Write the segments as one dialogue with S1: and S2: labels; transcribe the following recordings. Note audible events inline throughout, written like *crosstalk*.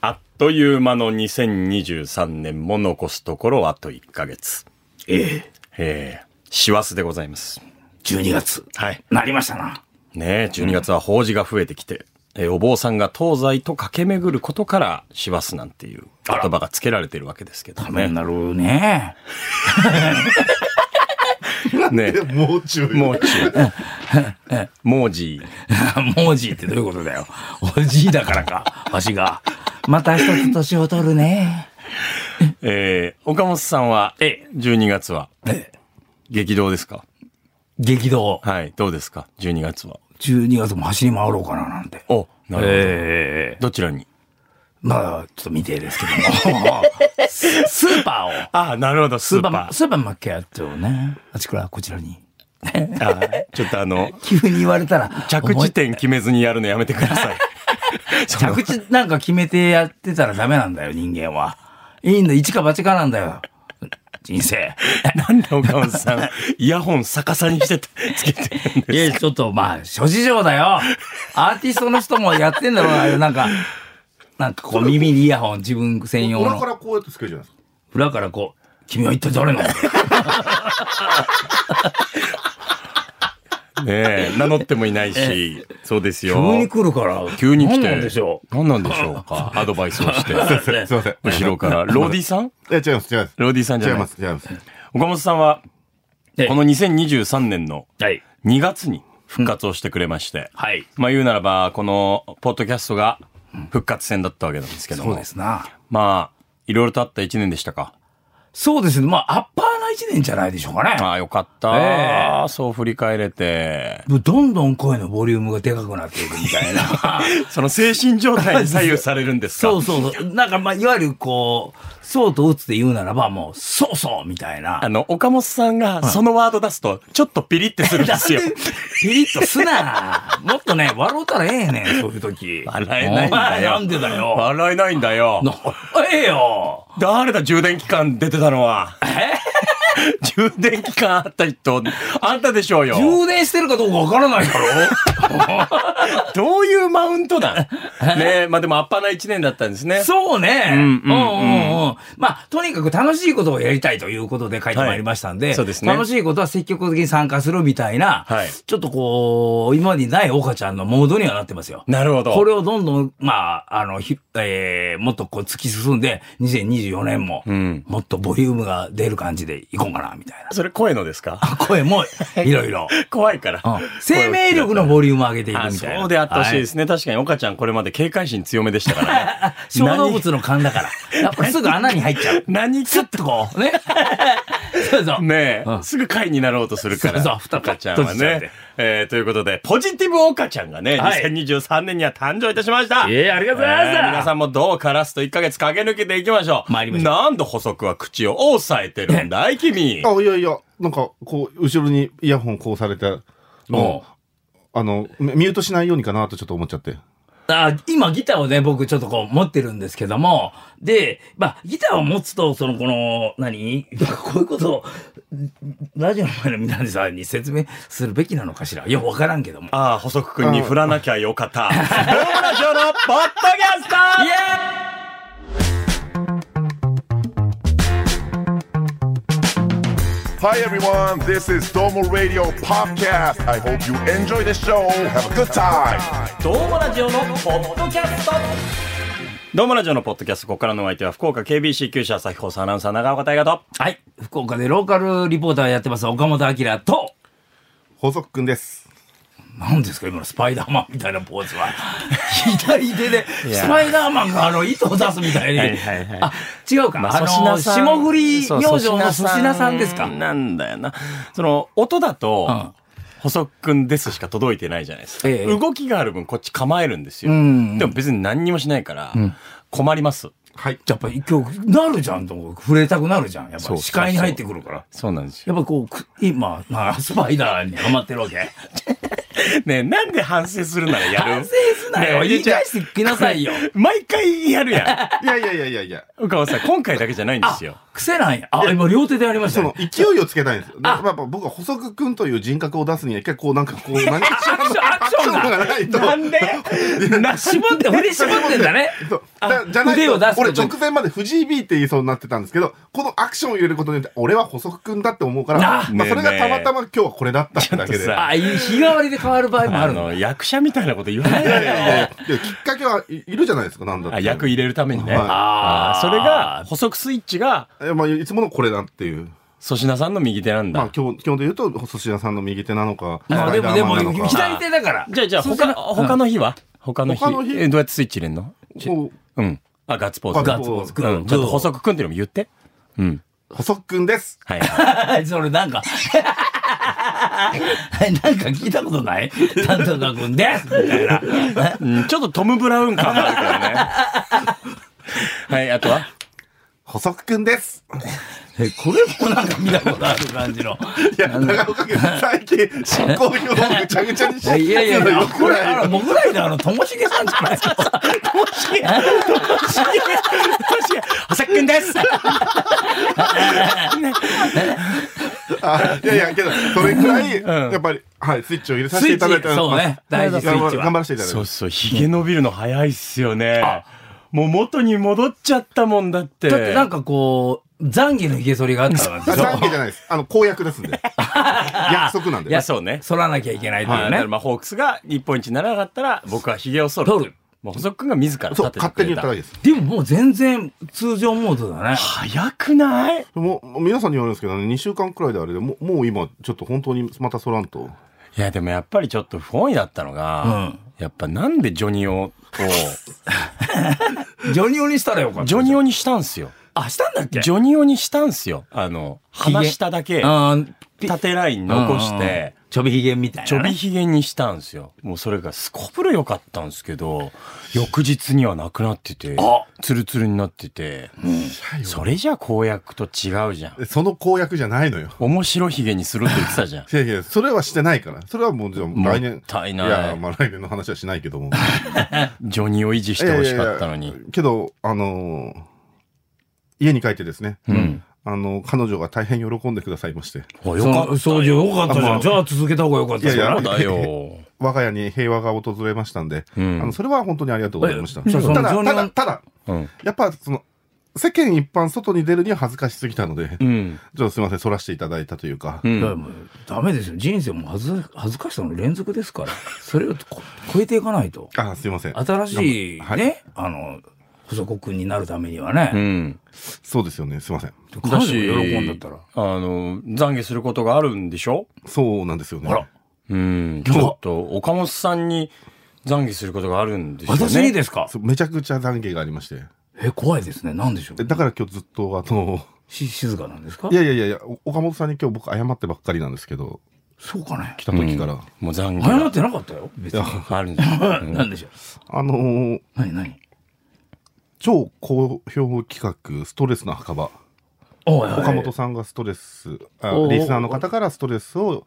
S1: あっという間の2023年も残すところあと1ヶ月。
S2: ええ。
S1: ええ師走でございます。
S2: 12月。
S1: はい。
S2: なりましたな。
S1: ねえ、12月は法事が増えてきて、えーお坊さんが東西と駆け巡ることから、師走なんていう言葉がつけられてるわけですけど
S2: ために
S1: ね。
S2: なるね。 *laughs*
S1: ねえ
S3: もう中。
S1: もう中。もうじ
S2: モージーってどういうことだよ。おじいだからか、わしが。また一つ年を取るね。
S1: ー。えー、岡本さんは、
S2: え
S1: 12月は、
S2: ええ
S1: 激動ですか
S2: 激動。
S1: はい、どうですか ?12 月は。
S2: 12月も走り回ろうかななんて。
S1: お、なるほど。
S2: ええ
S1: どちらに
S2: まあ、ちょっと未定ですけども。 *laughs* スーパーを。
S1: ああ、なるほど、ス
S2: スーパー、スーパーマーケットをね。あちら、こちらに。
S1: あーちょっとあの、
S2: 急に言われたら。
S1: 着
S2: 思い
S1: 地点決めずにやるのやめてください。 *laughs* その
S2: 着地なんか決めてやってたらダメなんだよ、人間は。いいんだ、一か八かなんだよ。人生。
S1: なんで岡本さん、イヤホン逆さにしててつけてるん
S2: いや、ちょっとまあ、諸事情だよ。アーティストの人もやってんだろうなあれ、なんか。なんかこう耳にイヤホン、自分専用
S3: 裏か
S2: の。
S3: らこうやってつけるじゃないですか。
S2: 裏からこう、君は一体誰なの
S1: *laughs* ねえ、名乗ってもいないし、そうですよ。
S2: 急に来るから。
S1: 急に来て。
S2: 何なんでしょう。
S1: 何なんでしょうか。 *laughs* アドバイスをして。
S3: すいません。
S1: 後ろから。ローディさん
S3: え、違います、違います。
S1: ローディさんじ
S3: 違い
S1: ゃな
S3: ま
S1: い。
S3: す、違います。
S1: 岡本さんは、
S2: ええ
S1: この2023年の
S2: はい。
S1: 2月に復活をしてくれまして。
S2: はい。
S1: まあ言うならば、この、ポッドキャストが復活戦だったわけなんですけども。
S2: そうですな。
S1: まあ、いろいろとあった1年でしたか。
S2: そうですね。まあ、アッパーな一年じゃないでしょうかね。
S1: ああ、よかった、
S2: え
S1: そう振り返れて。
S2: もうどんどん声のボリュームがでかくなっていくみたいな。
S1: *laughs* その精神状態に左右されるんですか
S2: そうそうそう。 *laughs* なんか、まあ、いわゆるこう、そうと打つで言うならば、もう、そうそうみたいな
S1: あ。の、岡本さんがそのワード出すと、ちょっとピリってするんです *laughs* よ。
S2: ピリッと
S1: *laughs*
S2: すな。もっとね、笑うたらええねん、そういう時。
S1: 笑えないん
S2: お前
S1: だよ。
S2: なんでだよ。
S1: 笑えないんだよ。
S2: なええよ。
S1: 誰だ、充電期間出てたのは。 *laughs* 充電期間あった人、あんたでしょうよ。
S2: 充電してるかどうかわからないだろ。
S1: どういうマウントだ *laughs* ねえ、まあでも、あっぱな一年だったんですね。
S2: そうね。
S1: う
S2: うんん
S1: う
S2: うんん
S1: う
S2: うんんうん。まあ、とにかく楽しいことをやりたいということで書いてまいりましたんで、
S1: はいそうですね
S2: 楽しいことは積極的に参加するみたいな、
S1: はい
S2: ちょっとこう、今までにない岡ちゃんのモードにはなってますよ。
S1: なるほど。
S2: これをどんどん、まあ、あの、ひえーもっとこう突き進んで、2024年も、
S1: ん
S2: もっとボリュームが出る感じでいこうかな、みたいな。
S1: それ声のですか
S2: 声 *laughs* もいろいろ。
S1: 怖いから。
S2: *laughs* 生命力のボリュームを上げていく
S1: あ
S2: みたいな。。
S1: そうであってほしいですすね。確かに、岡ちゃんこれまで警戒心強めでしたからね。
S2: *laughs* 小動物の勘だから。やっぱすぐ穴に入っちゃう。
S1: 何
S2: ス
S1: か
S2: ッとこ *laughs* う。ね。そうそう。
S1: ね
S2: う
S1: え、
S2: ん
S1: すぐ貝になろうとするから。
S2: そうそう
S1: 岡ちゃんは
S2: ふたぱっとしちゃっ
S1: ね
S2: て。
S1: えーということで、ポジティブ岡ちゃんがね、
S2: はい
S1: 2023年には誕生いたしました。
S2: ええありがとうございました
S1: えー皆さんもどうカラスと1ヶ月駆け抜けていきましょう。
S2: 参りましょう
S1: なんで補足は口を押さえてるんだ
S2: *laughs*
S1: い君。
S3: あ、いやいや、なんか、こう、後ろにイヤホンこうされて、
S2: も
S3: あの、ミミュートしないようにかなとちょっと思っちゃって。
S2: う。あ今ギターをね、僕ちょっとこう持ってるんですけども、で、まあ、ギターを持つと、その、この、何 *laughs* まあこういうことを、ラジオの前の皆さんに説明するべきなのかしら。よくわからんけども。
S1: ああ、補足くんに振らなきゃよか
S2: *laughs*
S1: った。ホームラジオのポッドキャスト
S2: イエーイ
S4: Hi everyone, this is Domo Radio Podcast. I hope you enjoy the show. Have a good time.
S1: どうもラジオのポッドキャストどうもラジオのポッドキャスト、ここからのお相手は福岡 KBC 九州朝日放送アナウンサー長岡大和と。
S2: はい。福岡でローカルリポーターやってます、岡本明と、
S3: 細足くんです。
S2: 何ですか今のスパイダーマンみたいなポーズは。 *laughs* 左手で、
S1: や
S2: スパイダーマンがあの糸を出すみたいに。
S1: はいはいはい
S2: あ、違うか。
S1: ま
S2: あ、の、霜降り明星の粗品さんですか。
S1: なんだよな。その、音だと、
S2: うん
S1: 細くんですしか届いてないじゃないですか。
S2: ええ
S1: 動きがある分、こっち構えるんですよ。
S2: ん
S1: でも別に何にもしないから、困ります。
S3: はい。
S2: やっぱり今日、なるじゃんと、触れたくなるじゃん。やっ
S1: そ
S2: ぱ
S1: うそうそう
S2: り視界に入ってくるから。
S1: そうなんですよ。
S2: やっぱこうく、今、まあ、スパイダーにハマってるわけ。
S1: ねえなんで反省するならやる
S2: 反省すなよ。
S1: ねえ
S2: 言い返してきなさ
S3: *laughs*
S2: いよ。
S1: *laughs* 毎回やるや
S3: いやいやいやいやいや。
S1: ん。 *laughs* 岡本さん、今回だけじゃないんで
S2: あ
S1: すよ。、
S2: 癖なんや。あ、今両手でやりまし
S3: そ
S2: た
S3: の
S2: ね。
S3: 勢いをつけたいんですよ。でやっぱ僕は細足くんという人格を出すには一回こうなんかこう何かしらの
S2: アクアクション
S3: アクション
S2: が
S3: がないと
S2: なんでな絞っ
S3: *laughs*
S2: て腕絞ってんだね
S3: そう
S2: あ
S3: だじゃない
S2: 腕を
S3: と
S2: 出すこ
S3: 俺
S2: と
S3: 直
S2: に
S3: 前まで藤井 B って言いそうになってたんですけどこのアクションを入れることによって俺は細く君だって思うから
S2: なあ
S3: まあ、それが
S1: ねえ
S3: た
S1: ね
S3: ま
S1: え
S3: たま今日はこれだったってだけで
S1: ちょっとさ
S2: あいい日替わりで変わる場合もあ
S1: あ
S2: るの
S1: の、役者みたいなこと言わない
S3: いやいやい
S1: でよ
S3: や。でもきっかけはいいるじゃないですかなんだって
S1: *laughs* あ役入れるためにね。
S3: はい
S1: あーそれが、補足スイッチが、
S3: えまあ、いつものこれだっていう
S1: 粗品さんの右手なん
S3: まあ
S1: だ。
S3: 今日今日で言うと細品さんの右手なのか
S2: まあでも
S3: ス
S2: で
S3: パイダーマンなの
S2: も
S3: か
S2: 左手だから
S1: じゃあ、じゃあ、他、他の日は他の日。
S3: 他の日
S1: えどうやってスイッチ入れんの
S3: こう
S1: うん。あ、ガッツポーズ。
S3: ガ
S2: ガッツポーズ
S1: うん。ちょっと補足くんっていうのも言って。うん。
S3: 細く君です
S1: *laughs* はい。
S2: それなんかなんか聞いたことない担当が君ですみたいな
S1: うんちょっとトム・ブラウン感があるからね。 *laughs* はい、あとは
S3: 細く君です
S2: えこれもなんか見たことある感じの
S3: いや長岡君最近進行表をぐちゃぐちゃにして
S2: いやいやい
S3: るの
S2: や
S3: よ、
S2: これ、あの、僕らいあの、ともしげさんじゃないですか。ともしげ、ともし
S1: 補足くんです
S3: あいやいやけどそれくらいやっぱり、はいスイッチを入れさせ
S2: ス
S3: て
S2: イ
S3: いただい
S2: ッ
S3: た
S2: チ、そうね。大事スイ
S3: 頑
S2: ッ
S3: 張
S2: チ
S3: 頑
S2: は。
S3: 張らせていただい
S1: そ
S3: て
S1: うそう、ひげ伸びるの早いっすよね。もう元に戻っちゃったもんだって。
S2: だってなんかこう、懺悔の髭剃りがあったわけでし
S3: 懺悔じゃ
S2: ょ。
S3: ないです。あの、公約です
S2: *laughs*
S3: んで。約束なんで。
S1: いや、そうね。
S2: 剃らなきゃいけないとい
S1: あ
S2: う
S1: だから
S2: ね。
S1: まあ、ホークスが日本一にならなかったら、僕はヒゲを剃る。
S2: 剃る
S1: まあ、細くんが自ら立
S3: そう
S1: ててくれた。
S3: 勝手に言っただけです。
S2: でももう全然通常モードだね。
S1: 早くない
S3: もう、もう皆さんに言われるんですけどね、2週間くらいであれでもう、もう今、ちょっと本当にまたそらんと。
S1: いや、でもやっぱりちょっと不本意だったのが、
S2: うん
S1: やっぱなんでジョニオを、
S2: ジョニオにしたらよかった。
S1: ジョニオにしたんすよ。
S2: あ、したんだっけ
S1: ジョニオにしたんすよ。あの、
S2: ヒゲ
S1: 鼻下だけ、
S2: あーピ
S1: 縦ライン残し
S2: うんうんうん
S1: て、
S2: ちょびひげみたいな。
S1: ちょび。ひげにしたんすよ。もうそれがすこぶる良かったんすけど、翌日にはなくなってて
S2: あ、
S1: ツルツルになってて、それじゃ公約と違うじゃん。
S3: その公約じゃないのよ。
S1: 面白ひげにするって言ってた
S3: *laughs*
S1: じゃん。
S3: いやいや、それはしてないから。それはもう、じゃあ来年。
S1: もったいない
S3: や、まあ来年の話はしないけども。
S1: ジョニーを維持 *laughs* してほしかったの
S3: いや
S1: に
S3: いや。いやけど、あのー家に帰ってですね。
S1: うん。
S3: あの、彼女が大変喜んでくださいまして。
S1: あよ
S2: そ
S1: かっ
S2: の掃除よかったじゃん。じゃあ続けた方がよかったじゃん。
S1: ただよ。
S3: 我が家に平和が訪れましたんで、
S1: うん
S3: あのそれは本当にありがとうございました。
S2: えそうそう
S3: ただ、
S2: 非常
S3: た
S2: に
S3: だ、ただ、
S1: うん。
S3: やっぱその、世間一般外に出るには恥ずかしすぎたので、
S1: う
S3: ちょ
S1: ん。
S3: っとすいません、そらしていただいたというか、
S1: う
S2: いや
S1: ん。
S2: もうダメですよ人生も恥ず恥ずかしさの連続ですからそれをこ *laughs* 超えていかないと
S3: あすいません。
S2: 新しいね、
S3: 頑張
S2: あの細子君になるためにはね、
S1: うん。
S3: そうですよね、すいません。
S2: 彼女が喜んだったら
S1: あの、懺悔することがあるんでしょ
S3: そうなんですよね。
S2: あら
S1: うん。ちょっと、岡本さんに懺悔することがあるんですよね。
S2: 私にですか
S3: そうめちゃくちゃ懺悔がありまして。
S2: え怖いですねなんでしょ
S3: え
S2: う
S3: だから今日ずっと、あの、
S2: し静かなんですか
S3: いやいやいやいや、お岡本さんに今日僕謝ってばっかりなんですけど、
S2: そうかね
S3: 来た時から。
S1: もう懺
S2: 謝
S1: 悔
S2: ってなかったよ別に
S1: があるんです
S2: *laughs*
S1: よ。
S2: 何でしょう
S3: あのー
S2: 何何
S3: 超好評企画、ストレスの墓場。
S2: おいおい
S3: 岡本さんがストレス、あ
S2: おうおう
S3: リスナーの方からストレスを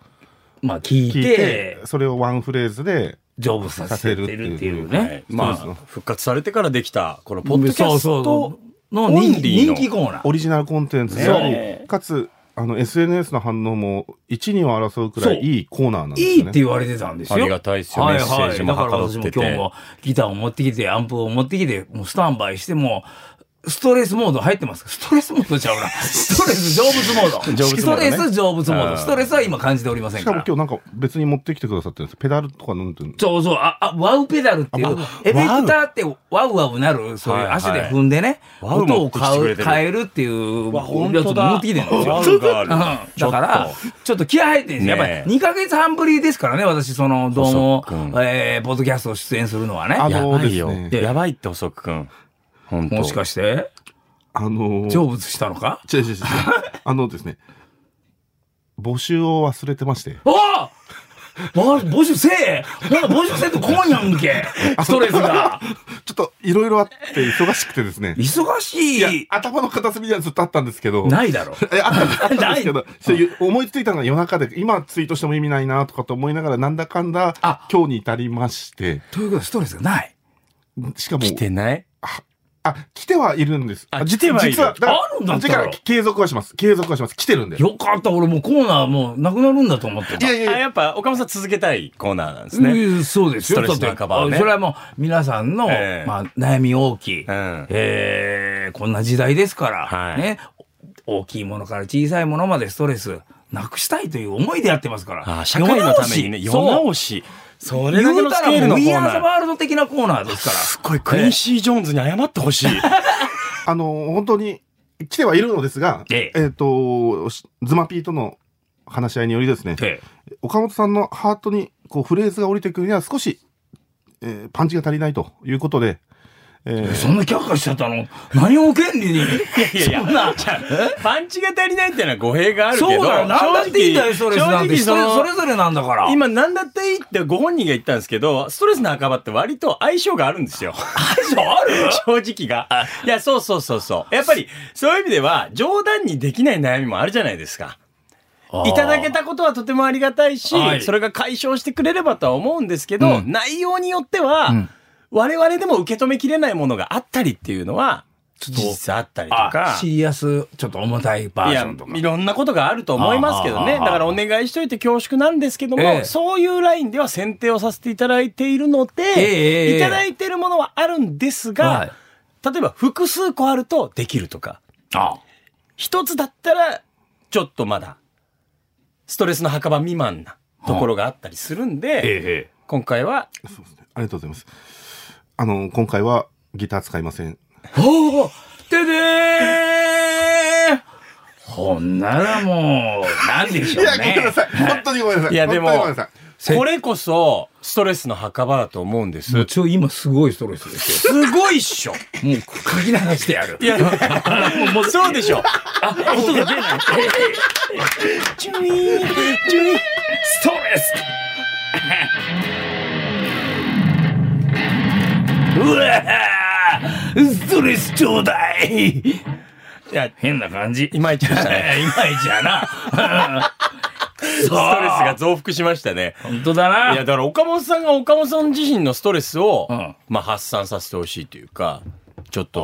S2: まあ聞い
S3: 聞い
S2: て
S3: て、それをワンフレーズで、
S2: 成仏させてるっていうね、 *laughs*
S1: はいま
S3: そう
S1: あ、
S3: です
S1: 復活されてからできた、このポッドキ
S2: そ
S1: ャ
S2: う
S1: ス
S2: そう
S1: ト
S2: そうの
S1: オン
S2: 人
S1: リーの
S2: 人気コーナー
S3: オリジナルコンテンツであり、
S2: ね
S3: かつ、あの、SNS の反応も1、2を争うくら
S2: そう
S3: いいいコーナーなんですよね。
S2: いいって言われてたんですよ。
S1: ありがたいですよ
S2: はい
S1: メッ
S2: は
S1: セー
S2: い。
S1: ジも
S2: だ
S1: は
S2: か
S1: からどっ
S2: 私
S1: て
S2: も
S1: て
S2: 今日もギターを持ってきて、アンプを持ってきて、もうスタンバイして、もう、ストレスモード入ってますかストレスモードちゃ
S1: *laughs*
S2: うな。ストレス成仏モード。
S1: 成仏
S2: ス
S1: モー
S2: ト
S1: ドね
S2: レス成仏モー
S1: う
S2: ド。
S1: ん
S2: ストレスは今感じておりません
S3: し
S2: か
S3: かも
S2: ら。
S3: 今日なんか別に持ってきてくださってるんですペダルとかなんていうの
S2: そうそう、あ、あ、ワウペダルってい
S1: あ
S2: う
S1: ワウ、
S2: エフェクターってワウワウなる、そういう足で踏んでね、
S1: はいはい
S2: 音
S1: ワウ持っ
S2: を変う
S1: てきてくれてる
S2: 変えるっていう
S1: わ
S2: やつを
S1: 本当だ
S2: 持ってきてるんですよ。
S1: ワウがある
S2: うんだから、ちょっと気合入ってるんですよ。
S1: ねえ
S2: やっぱり2ヶ月半ぶりですからね、私、その、どうも
S1: 細く、
S2: えー、ポッドキャストを出演するのはね。
S3: あ
S1: や
S3: の
S1: ばいよ
S3: そうで。す
S2: ね
S1: やばいって、細くん。本当
S2: もしかして、
S3: あのー、
S2: 成仏したのか
S3: 違う
S2: *laughs*
S3: 違う違うあのですね、募集を忘れてまして。
S2: おあ募集せえほんな募集せんとこんやんけストレスが。
S3: *laughs* ちょっといろいろあって忙しくてですね
S2: 忙
S3: いや
S2: しい、
S3: 頭の片隅にはずっとあったんですけど。
S2: ないだろ。
S3: え、あったんですあったんですけ
S2: *laughs* な
S3: ど、そういう思いついたのが夜中で、今ツイートしても意味ないなとかと思いながら、なんだかんだ
S2: あ、
S3: 今日に至りまして、
S2: ということはストレスがない。
S3: しかも、
S1: 来てない
S3: ああ、来てはいるんです。
S1: あ来てはいる
S3: 実は、から
S2: あるんだったら
S3: だから継続はします。継続はします。来てるんで。
S2: よかった、俺もうコーナーもうなくなるんだと思って
S3: い
S2: た。
S3: やい
S1: あ
S3: やいや、
S1: やっぱ岡本さん続けたいコーナーなんですね。
S2: うんそうですよ。
S1: ストレスなんかばね
S2: だってあそれはもう皆さんの、
S1: ええ
S2: まあ、悩み大きい、
S1: ん
S2: えーこんな時代ですから、
S1: はい
S2: ね、大きいものから小さいものまでストレスなくしたいという思いでやってますから。
S1: あ社会のためにね、世
S2: 世
S1: 直
S2: 直し
S1: し。そ
S2: そう
S1: れだけ
S2: 言
S1: の
S2: うた
S1: ス
S2: らも
S1: ケールの
S2: う
S1: コ
S2: We
S1: ー
S2: Are
S1: ナー。
S2: the World 的なコーナーですから。
S1: すごい、クレイシー・ジョーンズに謝ってほし *laughs* い。
S3: あの、本当に来てはいるのですが、
S2: ええ
S3: っと、しズマピーとの話し合いによりですね、
S2: ええ
S3: 岡本さんのハートにこうフレーズが降りてくるには少し、えーパンチが足りないということで、えー
S2: そんな却下しちゃったの何を権利に。
S1: *laughs*
S2: い
S1: いやいや、
S2: そんな。
S1: じゃあパンチが足りないってのは語弊があるけど、
S2: そうだよ。何だっていいんだよ、ストレスなんて。
S1: 正
S2: 人
S1: 直
S2: それぞれなんだから。
S1: 今何だっていいってご本人が言ったんですけど、ストレスの半ばって割と相性があるんですよ。
S2: 相性ある
S1: *laughs* 正直が。いや、そうそうそうそう。やっぱり、そういう意味では、冗談にできない悩みもあるじゃないですか。いただけたことはとてもありがたいし、
S2: はい
S1: それが解消してくれればとは思うんですけど、
S2: うん
S1: 内容によっては、
S2: ん
S1: 我々でも受け止めきれないものがあったりっていうのは、
S2: ょっと
S1: 事実あったりと
S2: あ
S1: か。
S2: シリアス、ちょっと重たいバー
S1: い
S2: ジ
S1: や
S2: ョンとか。
S1: いろんなことがあると思いますけどね
S2: あー
S1: だからお願いしといて恐縮なんですけども、
S2: ええ
S1: そういうラインでは選定をさせていただいているので、
S2: ええ
S1: いただいているものはあるんですが、
S2: はい
S1: 例えば複数個あるとできるとか
S2: あ
S1: 一つだったらちょっとまだストレスの墓場未満なところがあったりするんで、
S2: え
S1: 今回は
S3: そうですねありがとうございます。あの、今回はギター使いません。
S2: え。おおてでーほんならもう、なんでしょう
S3: いや、ごめんな
S2: ね。
S3: さい。本当にごめんなさい。
S1: いやでも
S3: 本当にごめんなさい。
S2: せ
S1: これこそストレスの墓場だと思うんです。
S2: ちょ、今すごいストレスです
S1: すごいっしょ
S2: よ。もう、書き流してやる。
S1: いや、そうでしょ。
S2: あ、音が出ない。
S1: チュイーン、チュイーン。
S2: ストレスうわーストレスちょうだいいや、変な感じ。
S1: いまいちでしたね。
S2: いまいちやな。ス
S1: ストレスが増幅しましたね。
S2: 本当だない
S1: や、だから岡本さんが岡本さん自身のストレスを、
S2: うん
S1: まあ発散させてほしいというか、ちょっ
S2: あ
S1: と。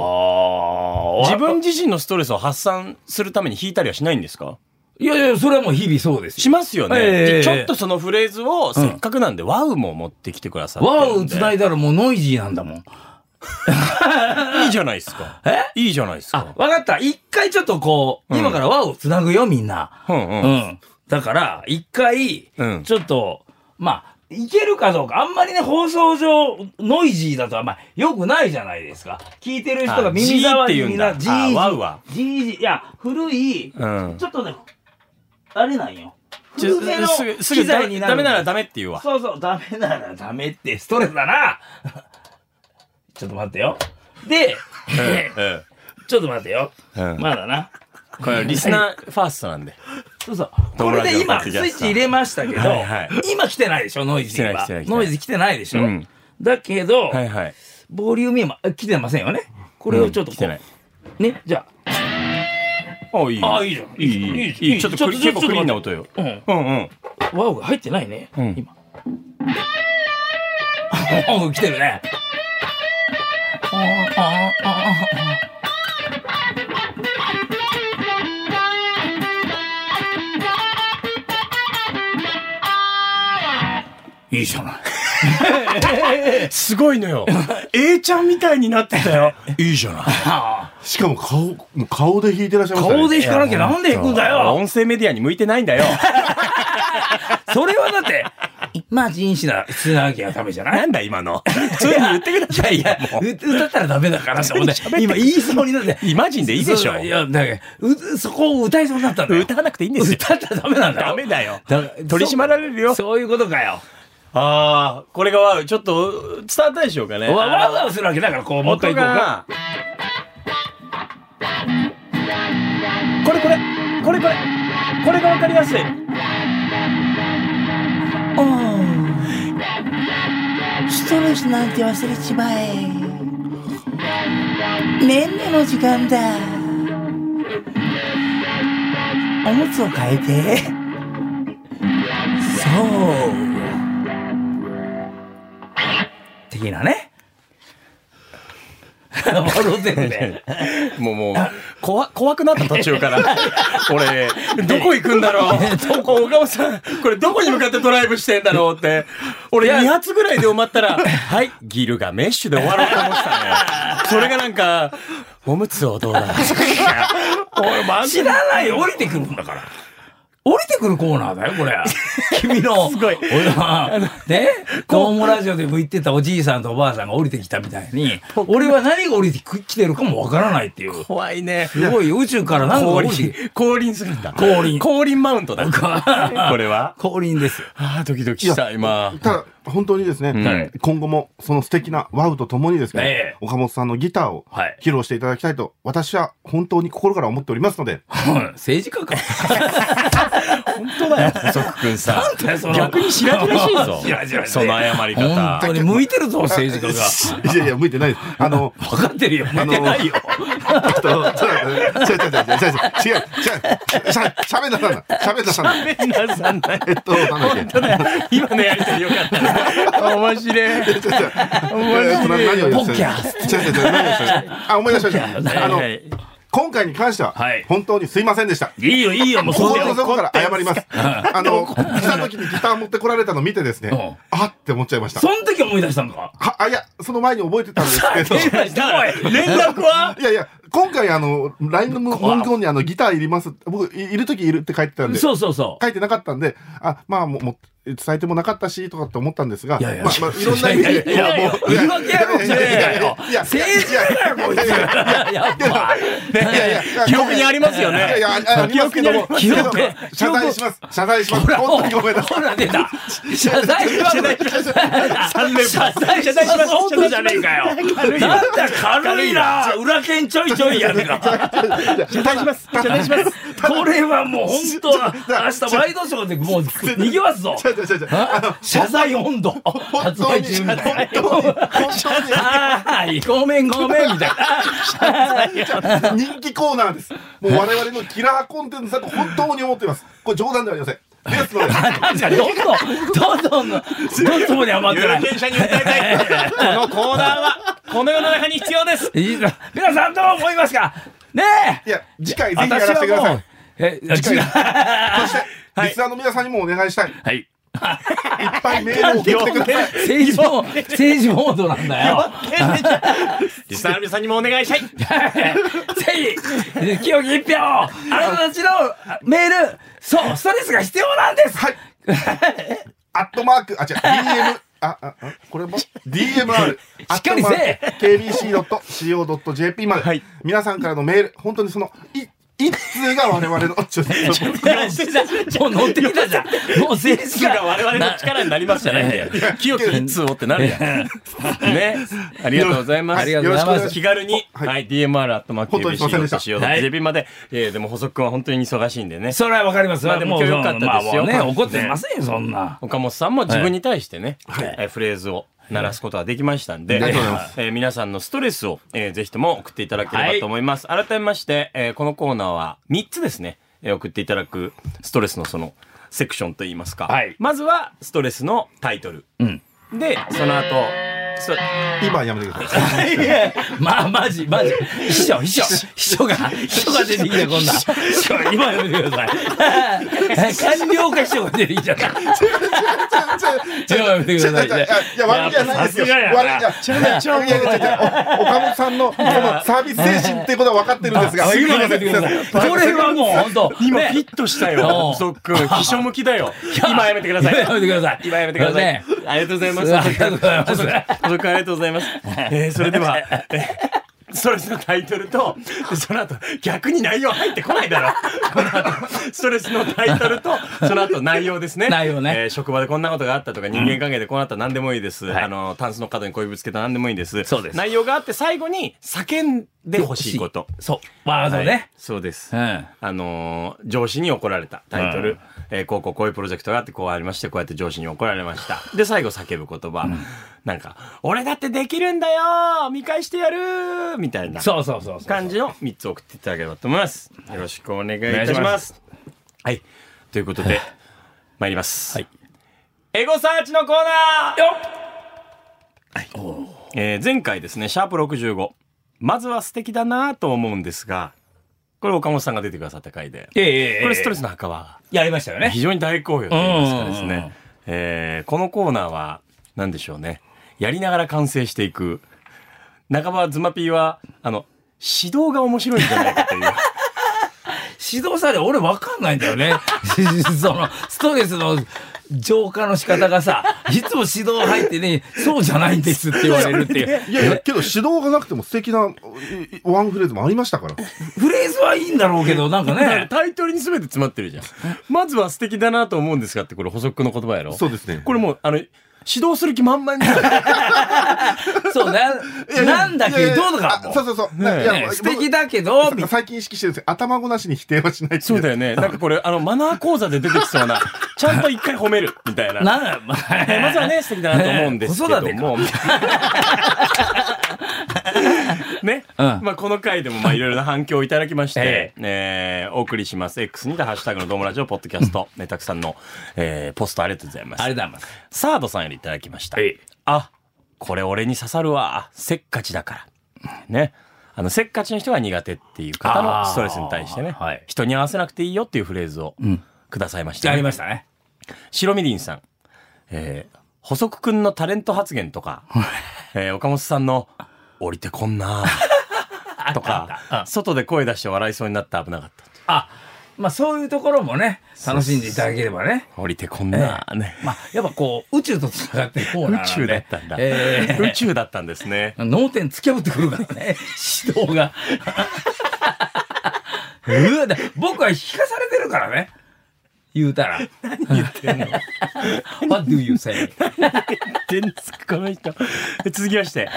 S2: ー
S1: 自分自身のストレスを発散するために弾いたりはしないんですか
S2: いやいやそれはもう日々そうです
S1: し
S2: よ
S1: ますよね、
S2: ええ
S1: ちょっとそのフレーズを、せっかくなんで、ワウも持ってきてくださって
S2: ワウ繋
S1: い
S2: いだらもうノイジーなんだもん
S1: いいじゃないですか。えいいじゃないです
S2: あ
S1: か。
S2: わかった一回ちょっとこう、
S1: うん
S2: 今からワウ繋ぐよみんな
S1: うん
S2: う、
S1: うんん。
S2: だから一回、
S1: うん
S2: ちょっとまあいけるかどうかあんまりね放送上ノイジーだとあんまりよくないじゃないですか聞いてる人が耳
S1: あ
S2: 障
S1: ジーって言う
S2: りに
S1: ん
S2: な
S1: だ
S2: ジージ
S1: あワウは
S2: ジージーいや古い、
S1: うん
S2: ちょっとねあれなんよ
S1: ちょ
S2: 古めの
S1: すぐ、すぐ
S2: 機材になる
S1: ダメならダメって言うわ。
S2: そうそう、ダメならダメって、ストレスだな *laughs* ちょっと待ってよ。で、
S1: うん
S2: *laughs* ちょっと待ってよ。
S1: うん
S2: まだな。
S1: これリスナーファーストなんで。
S2: そうそう。こ
S1: 友
S2: れ
S1: 達
S2: で今、
S1: のポ
S2: ス
S1: ッドキャスタ
S2: イ
S1: ー
S2: ッチ入れましたけど、
S1: はいはい
S2: 今来てないでしょ、ノイズ
S1: 来てない来てない来。てな
S2: は
S1: い
S2: ノイズ来てないでしょ。
S1: うん
S2: だけど、
S1: はいはい。
S2: ボリューム今、あ来てませんよね。これをちょっと
S1: 来
S2: こ、
S1: てないう
S2: ね、じゃあ、
S1: あ、いい。
S2: あいいじゃん
S1: いい、いい、いい。ちょっとクリ、
S2: ちょ
S1: 結
S2: っと
S1: 構クリーンな音よ。
S2: うん
S1: うんうん。
S2: ワオが入ってないね、
S1: うん
S2: 今。 *laughs* おう来てるね。あーあーあーあーいいじゃない。
S1: すごいの *laughs* よ。A ちゃんみたいになってたよ。 *laughs* いいじゃない。
S3: しかも顔、もう顔で弾いてらっしゃいましたね。
S2: 顔で弾かなきゃなんで弾くんだよ。
S1: 音声メディアに向いてないんだよ。
S2: それはだって、マジンしな、しなきゃダメじゃない
S1: *laughs* なんだ今の。そういうふうに言ってくださいよ。もう
S2: う歌ったらダメだからって思って今言いそうになって。
S1: イマジンでいいでしょ
S2: そういや、だから、うそこを歌いそうになったんだよ。
S1: 歌わなくていいんですよ。
S2: 歌ったらダメなんだよ。
S1: ダメだよ。
S2: だ
S1: 取り締まられるよ
S2: そそういうことかよ。
S1: ああ、これがワウ、ちょっと伝わったでしょうかね。
S2: わわわわするわけだから、こう、もっと
S1: 音
S2: いこうか。
S1: が。これこれ、これこれ、これがわかりやすい。
S5: ストレスなんて忘れちまえねんねの時間だおむつを変えてそう
S2: 的なね。笑うてるね。
S1: もうもう、怖、怖くなった途中
S2: *laughs*
S1: から。俺、どこ行くんだろう。岡本さん、これどこに向かってドライブしてんだろうって。俺2発ぐらいで埋まったら、はい、ギルがメッシュで終わろうと思ってたね。それがなんか、おむつをどうだ。
S2: 俺マジ知らない降りてくるんだから。降りてくるコーナーだよ、これ。君の。すごい。俺は、ね、トーモラジオでも言ってたおじいさんとおばあさんが降りてきたみたいに、俺は何が降りてきてるかもわからないっていう。
S1: 怖いね。
S2: すごいよ宇宙から何か降
S1: 降
S2: りて
S1: 臨、降臨するんだ。
S2: 降臨
S1: 降臨マウントだ。これは。
S2: 降臨です。
S1: ああ、ドキドキした、今。
S3: ただ、本当にですね、
S2: はい
S3: 今後もその素敵なワウとともにですね、
S2: ええ
S3: 岡本さんのギターを
S2: はい
S3: 披露していただきたいと、私は本当に心から思っておりますので、
S2: うん政治家か。
S1: 本当だよ、細くくんさ
S2: なんだよその。
S1: 逆に白々しいぞ
S2: 白々しい
S1: その謝り
S2: 本当
S1: 方。
S2: に向いてるぞ、政治家が。
S3: *laughs* いやいや、向いてないです。あの、
S2: 分かってるよ、向いてないよ。
S3: えっと、ちょっと待って、違う違う違う違う違う違う違う違う、しゃ、しゃべんなさんな、しゃべんなさんな。
S1: ごめんなさい
S3: えっと、なんだっけ。
S1: 今のやりとりよかったな。面白い。
S3: ちょっとえーっとな何を言って
S2: ポッキャー
S3: 違う違う違う何を言ってあ、思い出しました。あの
S1: はいはい、
S3: 今回に関しては
S2: はい、
S3: 本当にすいませんでした。
S2: いいよ、いいよ、もうそ
S3: 心
S2: うだ
S3: の
S2: よ。
S3: 底から謝ります。あの、来た時にギター持ってこられたの見てですね、
S2: う
S3: あって思っちゃいました
S2: そ。の時思い出したのか。
S3: はあ、いや、その前に覚えてたんですけど。
S2: 思い出したおい連絡はい
S3: やいや、今回あの、LINE の文言にあの、ギターいります。僕、いいる時いるって書いてたんで、書
S2: そうそうそう。
S3: いてなかったんで、あ、まあ、もも伝えてもなかったし、とかって思ったんですが、
S2: いやいや
S3: まあ、まあ、いろんな意味で、
S2: いやいや
S3: も
S2: いや言い訳やろじゃねえよ
S3: いやいやいや
S2: 政治家だよこいつ
S3: いやいやいや
S2: やっぱ。
S3: いやいやいや
S1: 記憶にありますよ
S3: いやい
S1: ね。
S3: や、あありますけども、
S2: 記憶
S3: けど謝罪します。謝罪します。本当にごめんなさい
S2: ほ。ら出た。謝罪します。
S1: 三連
S2: 謝罪謝罪します。本当じゃねえかよ。なんだ軽いな。裏剣ちょいちょいやるか。
S1: 謝罪します。謝罪します。
S2: これはもう本当は明日ワイドショーでもう逃げますぞ。
S3: 違う違う違う違う。
S2: あ謝罪温度。
S3: 本当に、本当
S2: ああ、ごめんごめんみたい
S3: に、人気コーナーです。もう我々のキラーコンテンツだと本当に思っています。これ冗談ではありません。ですので、
S2: な。なんかどんどん、どんどん、どんどんに余ってない。
S1: 者に訴えたい。このコーナーは、この世の中に必要です。
S2: いいな皆さんどう思いますかねえ
S3: いや、次回ぜひやらせてください。
S2: え、違う。
S3: そして、リスナーの皆さんにもお願いしたい。い
S1: はい。
S3: っぱいメールを送ってください。
S2: 政治モード、政治モードなんだよ。
S1: リスナーの皆さんにもお願いしたい。
S2: ぜひ、清き一票をあなたたちのメール、そう、ストレスが必要なんです
S3: はい。アットマーク、あ、違う、DM。あ、あ、あこれも
S2: っ
S3: ?DMR。
S2: かりせえ
S3: !KBC.CO.JP まで。
S1: はい
S3: 皆さんからのメール、本当にその、い、一通が我々の、ちょっと、
S2: もう乗ってきたじゃん。もう政治
S1: 実が
S2: が。
S1: 我々の力になりますじゃないんだよ。清き一通をってなるじゃん。ね。ありがとうございます。
S2: ありがとうござい
S3: よろしくお
S2: ま
S3: 願い
S2: す
S3: し。
S1: 気軽に、
S3: は
S1: はいい、DMR アットマーク
S3: 本当にすいませんでした
S1: ABC.CO.JP まで、えーでも細くんは本当に忙しいんでね。
S2: それはわかります。
S1: まあでも今日良かったですよ
S2: まあもうね、
S1: はい
S2: 怒ってませんよ、そんな。
S1: 岡本さんも自分に対してね、
S2: はい
S1: えーフレーズを鳴らすことができましたんで、
S3: はいありがとうございま
S1: えー皆さんのストレスを、えーぜひとも送っていただければと思います。改めまして、えーこのコーナーは3つですね、えー送っていただくストレスのそのセクションといいますか、
S2: はい
S1: まずはストレスのタイトル。
S2: うん
S1: で、その後、そ
S3: 今やめてください。
S2: まあ、マジ、マジ。秘書、秘書、秘書が、秘書が出てきた、こんな。秘書、今やめてください。官僚か秘書が出てきちゃった。今やめてください。
S3: いやいや、悪いじゃないですよ。
S2: やっぱ
S3: 悪いじゃ、違う違う違う違う違う。お岡本さんの、このサービス精神っていうことは分かってるんですが、
S2: 今
S3: すいま
S2: やめ
S3: せん
S2: てください。これはもう、本当。
S1: う今
S2: ね
S1: フィットした
S2: お
S1: よ
S2: う。
S1: *laughs* 細くん、秘書向きだよ。 *laughs* 今やめてくださ
S2: 今
S1: い。
S2: やめてください。
S1: 今やめてください。
S2: ね
S1: ありがとうございます。
S2: ありがとうございます
S1: 細く細くありがとうございます。えーそれでは、えーストレスのタイトルと、でその後、逆に内容入ってこないだろ。この後、ストレスのタイトルと、その後内容ですね。
S2: 内容ね
S1: えー職場でこんなことがあったとか、人間関係でこうなったら何でもいいです。あの、タンスの角に恋ぶつけたら何でもいいです。
S2: そうです
S1: 内容があって、最後に叫んでほしいこと。
S2: そう。ワード
S1: はい
S2: ね。
S1: そうです。
S2: うん。
S1: あのー上司に怒られたタイトル、
S2: うん
S1: えーこうこうこういうプロジェクトがあってこうありましてこうやって上司に怒られましたで最後叫ぶ言葉、なんか「俺だってできるんだよ見返してやる!」みたいな
S2: そうそうそうそう。
S1: 感じの3つ送っていただければと思いますよろしくお願いいたします
S2: お願いし
S1: はいということで参ります、エゴサーチのコーナー
S2: よっ
S1: えー前回ですね、シャープ65、まずは素敵だなと思うんですが、これ岡本さんが出てくださった回で、
S2: ええええ
S1: これストレスの墓は
S2: やりましたよね
S1: 非常に大好評といいますかです
S2: うんうんうん
S1: ね、えーこのコーナーは何でしょうね、やりながら完成していく、半ばズマピーは、あの、指導が面白いんじゃない
S2: *laughs*
S1: かという。
S2: 指導され俺わかんないんだよね *laughs* そのストレスの浄化の仕方がさいつも指導入ってねそうじゃないんですって言われるっていう
S3: いやいや、けど指導がなくても素敵ないいワンフレーズもありましたから。
S2: フレーズはいいんだろうけどなんか
S1: だから
S2: ね
S1: タイトルに全て詰まってるじゃん。まずは素敵だなと思うんですがって、これ補足の言葉やろ。
S3: そうですね
S1: これもう、あの、指導する気満々になる。
S2: *laughs* そうななんだけどとか
S3: あそうそうそう。
S1: ねえ
S3: いや
S2: ね素敵だけどみたいな
S3: 最近意識してるんですよ。頭ごなしに否定はしないってい
S1: そうだよね。なんかこれ、あの、マナー講座で出てきそうな、ちゃんと一回褒める、みたいな。
S2: なんだ、ま
S1: えーまずはね、素敵だなと思うんですけど
S2: ね子
S1: も。 *laughs* ね、
S2: うん
S1: まあこの回でもまあいろいろな反響をいただきまして
S2: え、
S1: えーお送りします。X にてハッシュタグの友達をポッドキャスト、ね、たくさんの、えーポストありがとうございます。
S2: ありがとうございます。
S1: サードさんよりいただきました。
S2: ええ
S1: あ、これ俺に刺さるわ。せっかちだから。ね。あの、せっかちの人が苦手っていう方の
S2: あー
S1: ストレスに対してね、
S2: はい
S1: 人に合わせなくていいよっていうフレーズを
S2: ん
S1: くださいました、
S2: やりましたね。
S1: 白みりんさん、えー、補足くんのタレント発言とか、えー岡本さんの降りてこん *laughs* なーとか、外で声出して笑いそうになった危なかった。
S2: あ、まあそういうところもね、楽しんでいただければね。
S1: 降りてこんなーね。
S2: まあやっぱこう、宇宙とつながってるコーナーなんで。
S1: 宇宙だったんだ。
S2: ええ
S1: 宇宙だったんですね。 *laughs*
S2: 脳天突き破ってくるからね、指導が。うわだ僕は引かされてるからね。言うたら。何言ってんの ?What do you say?
S1: 全然この人。続きまして、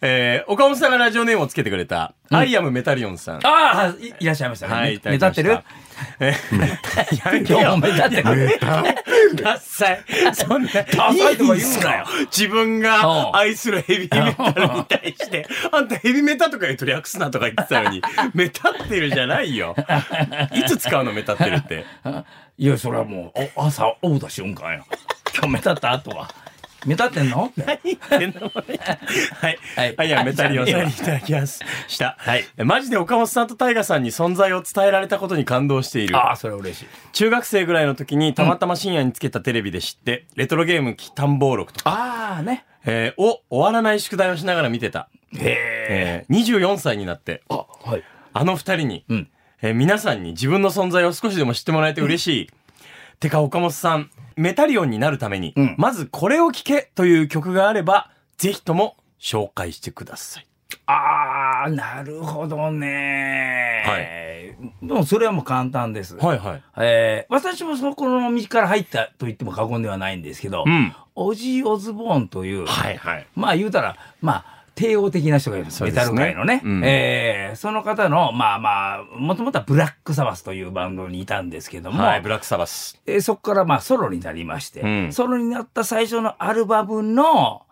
S1: えー岡本さんがラジオネームをつけてくれた、アイアムメタリオンさん。
S2: ああ、いいらっしゃいましたね。
S1: はい、いただ
S2: 目
S1: き
S2: 立
S1: ま
S2: っ
S1: して
S2: る
S1: たえーやめて
S2: 今日も
S1: よ。
S2: 目立ってる。
S1: ダッサい。 *laughs* そんな、
S2: ダサいとか言うなよ
S1: いいんすか自分
S2: うん
S1: が愛するヘビーメタルに対
S2: *laughs*
S1: して、あんたヘビメタとか言うと略すなとか言ってたのに、メタってるじゃない
S2: *laughs*
S1: よ。いつ使うのメタってるって。
S2: いや、それはもう、お朝、おうだ瞬間よ。今日目立った後は。目立ってんのって
S1: はい。
S2: はい
S1: はい。いや、メタリオンさんにいただきます。した。はい。マジで岡本さんとタイガさんに存在を伝えられたことに感動している。
S2: ああ、それは嬉しい。
S1: 中学生ぐらいの時にたまたま深夜につけたテレビで知って、レトロゲーム期探暴録とか、
S2: ああ、ね。
S1: えーを終わらない宿題をしながら見てた。
S2: へ
S1: え
S2: え。
S1: ー、24歳になって、
S2: あ、はい。
S1: あの二人に、
S2: うん
S1: えー皆さんに自分の存在を少しでも知ってもらえて嬉しい。てか、岡本さん、メタリオンになるために、
S2: ん
S1: まずこれを聴けという曲があれば、ぜひとも紹介してください。
S2: ああ、なるほどね。はい。でも、それはもう簡単です。
S1: はいはい。
S2: えー私もそこの道から入ったと言っても過言ではないんですけど、
S1: うん。
S2: オジー・オズボーンという、
S1: はいはい。
S2: まあ言うたら、まあ、帝王的な人がいるんです、
S1: そう
S2: メ
S1: で
S2: タ
S1: すね
S2: ル界のね。
S1: うん
S2: えーその方の、まあまあ、もともとはブラックサバスというバンドにいたんですけども、
S1: はい、ブラックサバス。
S2: えーそこからまあソロになりまして、
S1: うん
S2: ソロになった最初のアルバムの、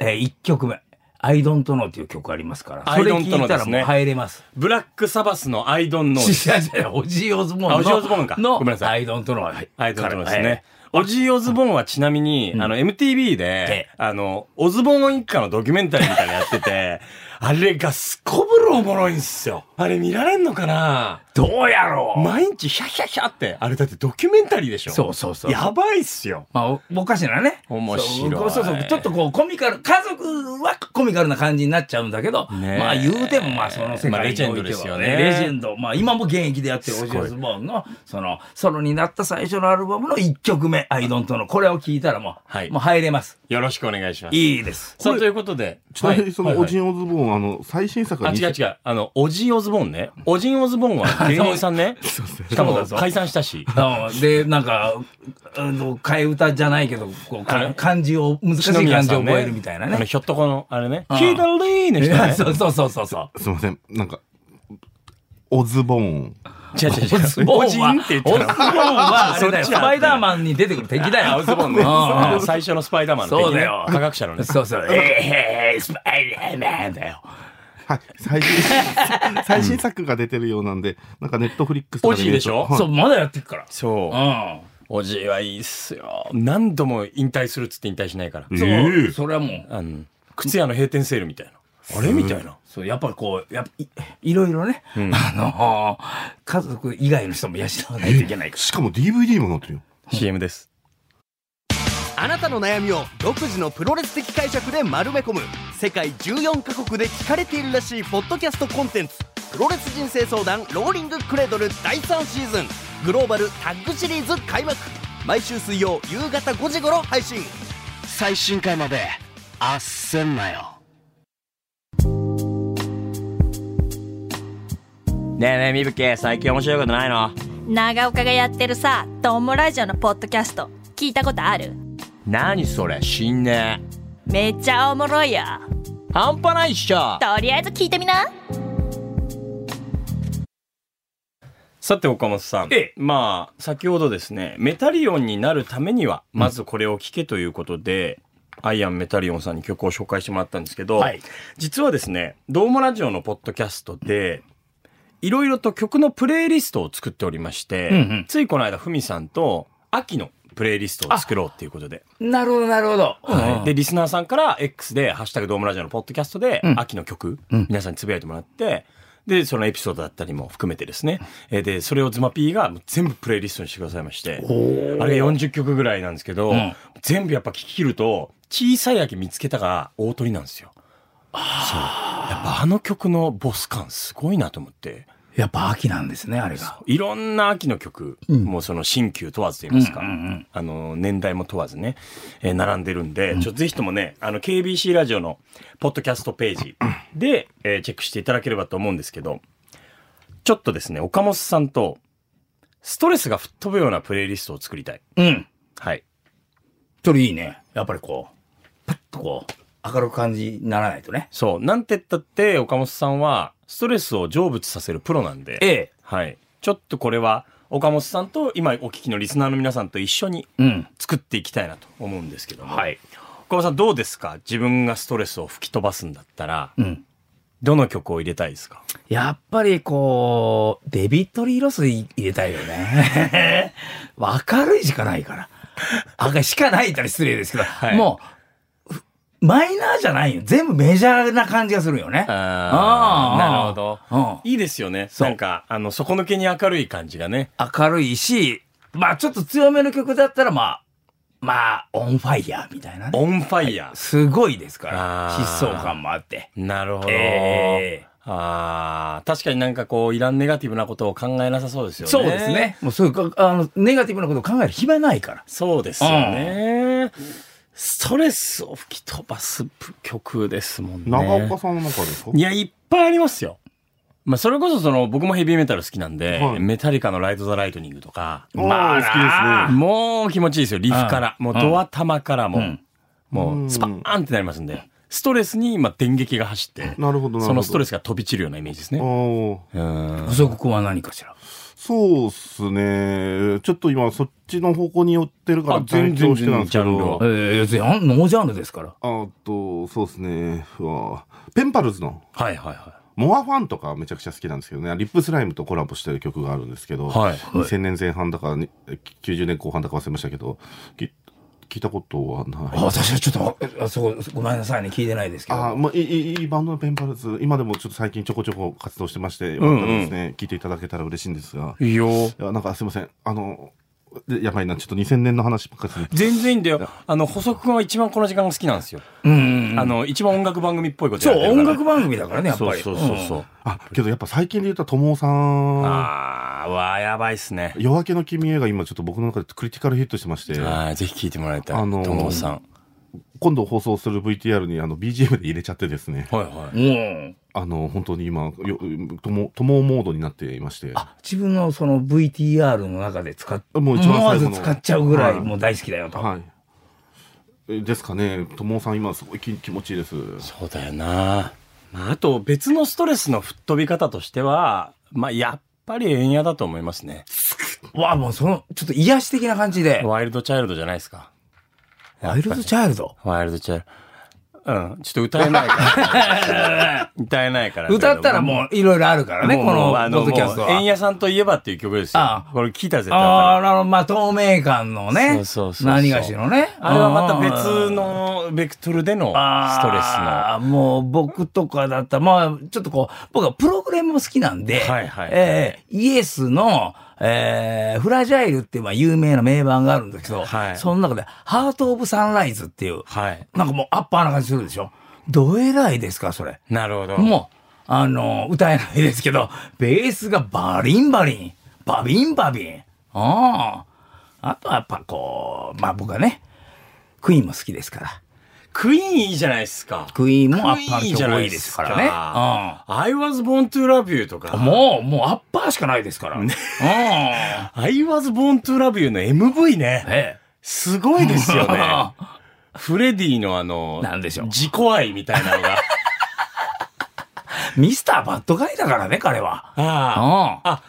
S2: え1曲目、I don't know という曲ありますから、それ
S1: I don't know
S2: 聞いた
S1: で
S2: ら
S1: す
S2: もう
S1: ね
S2: 入れます。
S1: ブラックサバスのアイドンノー
S2: *laughs*
S1: です。
S2: 違う違う、オジーオズボーン
S1: あ
S2: の。
S1: オジーオズボーンか
S2: の
S1: ごめんなさ
S2: I don't know は。
S1: アイドンノーです
S2: 彼の
S1: ね。。オジー・オズボンはちなみに、あの、MTV
S2: え
S1: で
S2: え、
S1: あの、オズボン一家のドキュメンタリーみたいなのやってて、あれがすこぶるおもろいんすよ。あれ見られんのかな
S2: どうやろう、
S1: 毎日ヒャヒャヒャって、あれだってドキュメンタリーでしょ
S2: そうそうそう。
S1: やばいっすよ。
S2: まあ、おおかしなね。
S1: 面白い
S2: そうそうそう。ちょっとこう、コミカル、家族はコミカルな感じになっちゃうんだけど、
S1: ねえ
S2: まあ言うてもまあその世界においては、
S1: まあレジェンドですよね
S2: レジェンド。まあ今も現役でやってる
S1: す
S2: オ
S1: ご
S2: ジ
S1: い
S2: オズボーンの、その、ソロになった最初のアルバムの1曲目、アイドントの、これを聞いたらもう、
S1: はい
S2: もう入れます。
S1: よろしくお願いします。
S2: いいです。
S1: さあ、ということで。
S3: ちなみにそ
S1: はい
S3: の
S1: はいは
S3: オ
S1: い
S3: ジンオズボーン、あの、最新作
S1: あ、
S3: が
S1: 違う違う。あの、オジー・オズボンね。オジン・オズボン *laughs* は芸人さんね。しかも解散したし。
S2: うんで、なんか、あの替え歌じゃないけど、こう、
S1: あれ
S2: か漢字を、難しい
S1: 篠宮
S2: 漢字
S1: さ
S2: を
S1: んね
S2: 覚えるみたいな
S1: あの、
S2: ね。
S1: ひょっとこの、あれね。
S2: ん
S1: 左の
S2: い
S1: 人
S2: や
S1: ね。
S2: *laughs* そうそうそうそうそう。
S3: すいません。なんか、オズボーン。
S1: 違う違う違う。
S2: オズボン
S1: お
S2: は、
S1: じんって言って
S2: オズボン
S1: た。
S2: はあれだよ、
S1: そ
S2: ス
S1: っちは
S2: パイダーマンに出てくる敵だよ、オズボンの。うん
S1: 最初のスパイダーマンの敵ね
S2: そうだよ。
S1: 科学者のね。
S2: そうそう。えー、スパイダーマンだよ。
S3: はい。最新、 *laughs* 最新作が出てるようなんで、なんかネットフリックスとか見ると
S1: オジでしょ
S3: はい
S2: そう、まだやってっから。
S1: そう。
S2: う
S1: おじいはいいっすよ。何度も引退するっつって引退しないから。
S2: ん。そう、それはもう。
S1: あの、靴屋の閉店セールみたいな。あれみたいな。
S2: そう、やっぱこう、やっぱいいろいろね、あのー家族以外の人も養わないといけないか
S3: しかも DVD も載ってるよ
S1: CM です。
S6: あなたの悩みを独自のプロレス的解釈で丸め込む世界14カ国で聞かれているらしいポッドキャストコンテンツ「プロレス人生相談ローリングクレードル」第3シーズングローバルタッグシリーズ開幕毎週水曜夕方5時頃配信
S7: 最新回まであっせんなよ
S8: ねえねえみぶけ最近面白いことないの
S9: 長岡がやってるさ、トモラジオのポッドキャスト、聞いたことある
S8: 何それ死んねえ
S9: めっちゃおもろいよ。
S8: 半端ないっしょ
S9: とりあえず聞いてみな。
S1: さて岡本さん、
S2: ええ
S1: まあ先ほどですねメタリオンになるためにはまずこれを聴けということで、アイアンメタリオンさんに曲を紹介してもらったんですけど、
S2: はい
S1: 実はですね「どうもラジオ」のポッドキャストでいろいろと曲のプレイリストを作っておりまして、
S2: うんうん
S1: ついこの間ふみさんと秋のプレイリストを作ろうっていうことで,、
S2: ら。なるほど、なるほど。
S1: はいでリスナーさんから X で「ハッシュタグどうもラジオ」のポッドキャストで、
S2: うん
S1: 秋の曲、
S2: うん
S1: 皆さんにつぶやいてもらってでそのエピソードだったりも含めてですねえーでそれをズマピーがもう全部プレイリストにしてくださいましてあれが40曲ぐらいなんですけど、
S2: うん
S1: 全部やっぱ聴き切ると小さい秋見つけたが大鳥なんですよ。そうやっぱあの曲のボス感すごいなと思って。
S2: やっぱ秋なんですね、あれが。
S1: いろんな秋の曲、
S2: うん
S1: もうその新旧問わずと言いますか、
S2: うんうんうん
S1: あの、年代も問わずね、えー並んでるんで、ちょっとぜひともね、あの、KBC ラジオの、ポッドキャストページで、えーチェックしていただければと思うんですけど、ちょっとですね、岡本さんと、ストレスが吹っ飛ぶようなプレイリストを作りたい。
S2: うん。
S1: はい。
S2: それいいね。やっぱりこう、パッとこう、明るく感じにならないとね。
S1: そう、なんて言ったって、岡本さんは、ストレスを成仏させるプロなんで、
S2: え
S1: はい。ちょっとこれは、岡本さんと、今お聞きのリスナーの皆さんと一緒に、
S2: え。うん。
S1: 作っていきたいなと思うんですけども、
S2: はい。
S1: 岡本さんどうですか自分がストレスを吹き飛ばすんだったら、
S2: うん。
S1: どの曲を入れたいですか
S2: やっぱりこう、デビッド・リー・ロス入れたいよね。 *laughs* 明るいしかないから。明るいしかないったら失礼ですけど、
S1: い
S2: もうふ、マイナーじゃないよ。全部メジャーな感じがするよね。あー
S1: なるほど。
S2: う
S1: いいですよね。
S2: そう
S1: なんか、あの、底抜けに明るい感じがね。
S2: 明るいし、まあちょっと強めの曲だったら、まあ、まあ、オンファイヤーみたいなね。
S1: オンファイヤー。
S2: すごいですから
S1: あ。ー
S2: 疾走感もあって。
S1: なるほど。
S2: ええ
S1: あー確かになんかこう、いらんネガティブなことを考えなさそうですよね。
S2: そうです。ね。もうそういうか、あの、ネガティブなことを考える暇ないから。
S1: そうですよね。ストレスを吹き飛ばす曲ですもんね。
S3: 長岡さんの中ですか
S1: いや、いっぱいありますよ。まあ、それこそその、僕もヘビーメタル好きなんで、
S3: はい
S1: メタリカのライト・ザ・ライトニングとか、
S3: おー好きですね
S1: もう気持ちいいですよ。リフから、
S2: うん
S1: もうドア玉からも、
S2: うん
S1: もうスパーンってなりますんで、ストレスに今電撃が走って、
S3: なるほどなるほど
S1: そのストレスが飛び散るようなイメージですね。
S3: おー
S1: うん
S2: 不足君は何かしら。
S3: そうっすねちょっと今そっちの方向に寄ってるから
S1: あ全然
S3: 勉強してたんですけ
S1: 全然ジャンルは
S3: ど
S2: ええー、あんノージャンルですから。
S3: あとそうですねうわペンパルズの
S1: はいはいは
S3: モアファンとかめちゃくちゃ好きなんですけどねリップスライムとコラボしてる曲があるんですけど、
S1: はい
S3: 2000年前半だかに90年後半だか忘れましたけどき聞いたことはない
S2: あ私はちょっと、あそこ、ごめんなさいね、聞いてないですけど。
S3: あーまあ、いいいいいいバンドのペンパルズ今でもちょっと最近ちょこちょこ活動してましてよかったらですね、聞いていただけたら嬉しいんですが
S1: い。いいよ。
S3: いやなんかすいませんあのでやばいなちょっと2000年の話ばっかりする
S1: 全然いいんだよ。あの、細くんは一番この時間が好きなんですよ。
S2: うん、
S1: あの、一番音楽番組っぽいこと
S2: そ
S1: や
S2: う、
S1: ってる
S2: 音
S1: から。
S2: 楽番組だからね、やっぱり。
S1: そうそうそうそう。
S2: ん
S3: *laughs* あけどやっぱ最近で言うと友さん
S1: あー、わー、やばいっすね。
S3: 夜明けの君へが今ちょっと僕の中でクリティカルヒットしてまして
S1: はい、ぜひ聞いてもらいたい。
S3: あのー
S1: ともさん。
S3: 今度放送する VTR にあの BGM で入れちゃってですね
S1: はいはい。
S2: うん。
S3: あの本当に今よ友友モードになっていまして
S2: あ、自分のその VTR の中で使っ、
S3: もう一番最後の
S2: 思わず使っちゃうぐら、
S3: はいい
S2: もう大好きだよと。
S3: はいえですかね友さん今すごい気気持ちいいです
S1: そうだよな。まあ、あと、別のストレスの吹っ飛び方としては、まあ、やっぱり円屋だと思いますね。
S2: わあ、もうその、ちょっと癒し的な感じで。
S1: ワイルドチャイルドじゃないですか。
S2: ワイルドチャイルド。
S1: ワイルドチャイルうん。ちょっと歌えない
S2: *laughs*
S1: から。歌えないから。
S2: 歌ったらもういろいろあるからね、このポ
S1: あ
S2: ッドキャスト
S1: もう円
S2: は。
S1: 谷さんといえばっていう曲ですよ。
S2: ああ
S1: これ聞いたぜ。
S2: あー
S1: あ
S2: なるほどまあ透明感の
S1: そ
S2: ね。
S1: うそうそうそう
S2: 何がしのね。
S1: あれはまた別のベクトルでのストレス
S2: あ
S1: の。
S2: あ、もう僕とかだったら、まあ、ちょっとこう、僕はプログラムも好きなんで、
S1: はいはい
S2: えーイエスの、えーフラジャイルっていうまあ有名な名盤があるんだけど、
S1: はい
S2: その中で、ハート・オブ・サンライズっていう、
S1: はい。
S2: なんかもうアッパーな感じするでしょどえらいですか、それ。
S1: なるほど。
S2: もう、あの、歌えないですけど、ベースがバリンバリン、バビンバビン。ああ。あとはやっぱこう、まあ僕はね、クイーンも好きですから。
S1: クイーンいいじゃないですか。
S2: クイーンもア
S1: クイ
S2: ッパ
S1: ーン
S2: ー
S1: いい
S2: の
S1: じゃ
S2: 曲
S1: な
S2: 多
S1: い
S2: い
S1: で
S2: ですす
S1: か
S2: からら
S1: I was born to love you と
S2: ね。う
S1: か。
S2: ん。もう、もうアッパーしかないですから。うん。
S1: I was born to love you の MV ね。
S2: え
S1: すごいですよ
S2: え。
S1: *laughs* ね。フレディのあの、
S2: なんでしょう
S1: 自己愛みたいな *laughs* のが。
S2: ミスターバッドガイだからね、彼は。
S1: あ
S2: う
S1: あ。あ、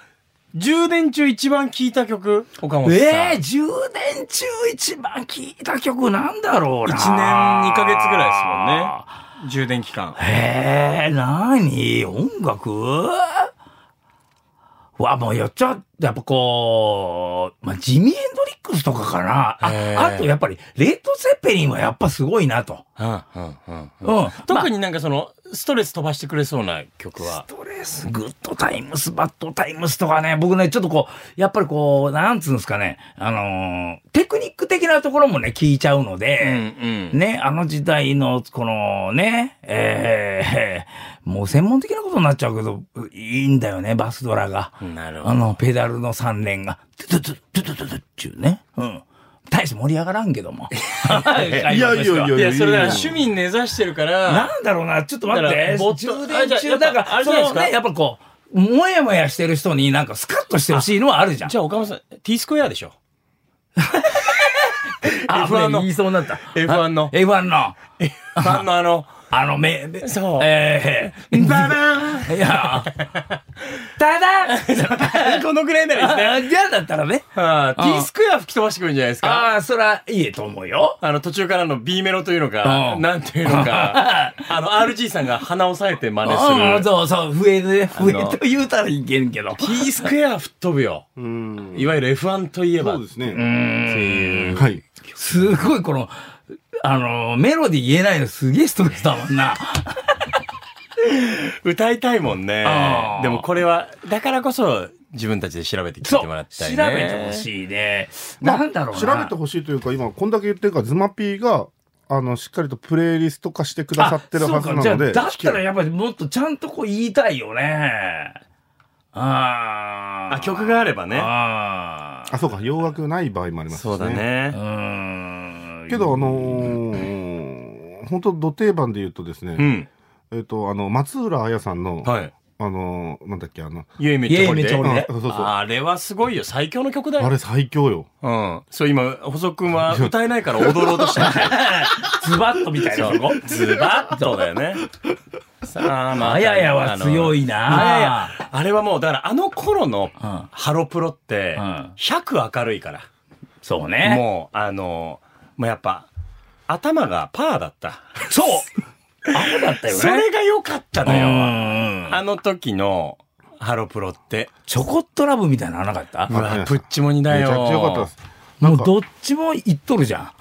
S1: 10年中一番聴いた曲岡本
S2: ん。
S1: さん。
S2: ええ10年中一番聴いた曲なんだろう
S1: 1
S2: な。
S1: 年2ヶ月ぐらいですもんね。充電期間。
S2: えー、なに音楽わ、もうやっちゃう、やっぱこう、まあ、ジミー・エンドリックスとかかな。
S1: へ
S2: あ、
S1: ー
S2: あとやっぱり、レッド・ゼッペリンはやっぱすごいなと。
S1: うんうんうん
S2: うん。まあ
S1: 特になんかその、ストレス飛ばしてくれそうな曲は
S2: ス。トレス、グッドタイムス、バッドタイムスとかね、僕ね、ちょっとこう、やっぱりこう、なんつうんですかね、あのーテクニック的なところもね、聞いちゃうので、
S1: ん。
S2: ね、あの時代の、このね、えーもう専門的なことになっちゃうけど、いいんだよね、バスドラが。
S1: なるほど
S2: あの、ペダルの3連が、ドゥドゥドゥドゥドゥドゥっていうね。うん。大して盛り上がらんけども。いや
S3: いやいやいや
S1: いや、それだから趣味に根ざしてる *laughs* から、
S2: なんだろうな、ちょっと待って
S1: だから。ぼっと
S2: 充
S1: あじゃ
S2: 電
S1: あやっ
S2: 中
S1: ぱ
S2: だか
S1: あれ
S2: ら、
S1: じ
S2: そ
S1: ゃないです
S2: の
S1: か
S2: ね、やっぱこう、もやもやしてる人になんかスカッとしてほしいのはあるじゃん。
S1: じゃあ岡本さん、T スクエアでしょ。
S2: あ、
S1: F1 の
S2: 言いそうになった。
S1: F1 の
S2: F1 の、
S1: ファンのあ *laughs* の、
S2: あの、め、め
S1: そう
S2: ええ
S1: ババー
S2: *laughs* いや、ただ、 *laughs*
S1: ンこのぐらいならいいですね。
S2: あ嫌だったらね。
S1: *laughs* ああ、
S2: うん
S1: T スクエア吹き飛ばしてくるんじゃないですか。
S2: ああ、そら、いいと思うよ。
S1: あの、途中からの B メロというのか、
S2: うん
S1: なんていうのか、あの、RG さんが鼻を押さえて真
S2: う
S1: 似す
S2: ん、
S1: る。
S2: そうそう、笛で、笛
S1: あの
S2: と言うたらいけんけど。
S1: T スクエア吹っ飛ぶよ。
S3: うん
S1: いわゆる F1 といえば
S3: そう
S1: っ
S3: ですね。
S1: ていう。
S3: はい。
S2: すごい、この、あの、メロディー言えないのすげえストレスだもんな。
S1: 歌いたいもんね
S2: あ。ー
S1: でもこれは、だからこそ自分たちで調べて聞い
S2: そう、
S1: てもらった
S2: 調
S1: り
S2: べ
S1: ね。
S2: てほしいね。なんだろうな。
S3: 調べてほしいというか、今、こんだけ言ってるから、ズマピーが、あの、しっかりとプレイリスト化してくださってるはずなので。
S2: あそうかじゃあだったら
S3: 聞
S2: やっぱりもっとちゃんとこう言いたいよね。ああ。
S1: あ、曲があればね。
S2: あ
S3: けあ、そうか、洋楽ない場合もありますし
S1: そうだ。
S2: あ。う
S1: ね。
S2: ーん。
S3: けど、あのー、本当土定番で言うとです
S1: う
S3: ね、
S1: ん。
S3: えっと、あの、松浦彩さんの、
S1: はい。
S3: あのー、なんだっけ、あの、
S1: ゆえめっちゃ
S2: ゆえめっちゃ
S3: う
S2: こ
S3: ん
S2: れね
S3: そうそうそう。
S1: あれはすごいよ。最強の曲だ
S3: あ
S1: よ。
S3: れ最強よ。
S1: うん。そう、今、細くん
S2: *laughs*
S1: は歌えないから踊ろうとしたんだよ。
S2: ズバッとみたいなとこ。
S1: ズバッとだよね。さあ、ま
S2: あややは強い
S1: あのあやや
S2: な。
S1: あれはもう、だからあの頃の
S2: うん
S1: ハロプロって
S2: うん、
S1: 100明るいから。
S2: そうね。
S1: もう、あの、もうやっぱ、頭がパーだった。
S2: そうアホだったよね。
S1: それが良かった
S2: う
S1: のよ。
S2: んうん
S1: あの時のハロプロって。
S2: ちょこっとラブみたいなのなかった
S1: う
S3: あ
S1: わ、プッチモニだ
S3: めちゃ
S1: よ。
S3: くちゃ良かったです。
S2: もうどっちも言っとるじゃ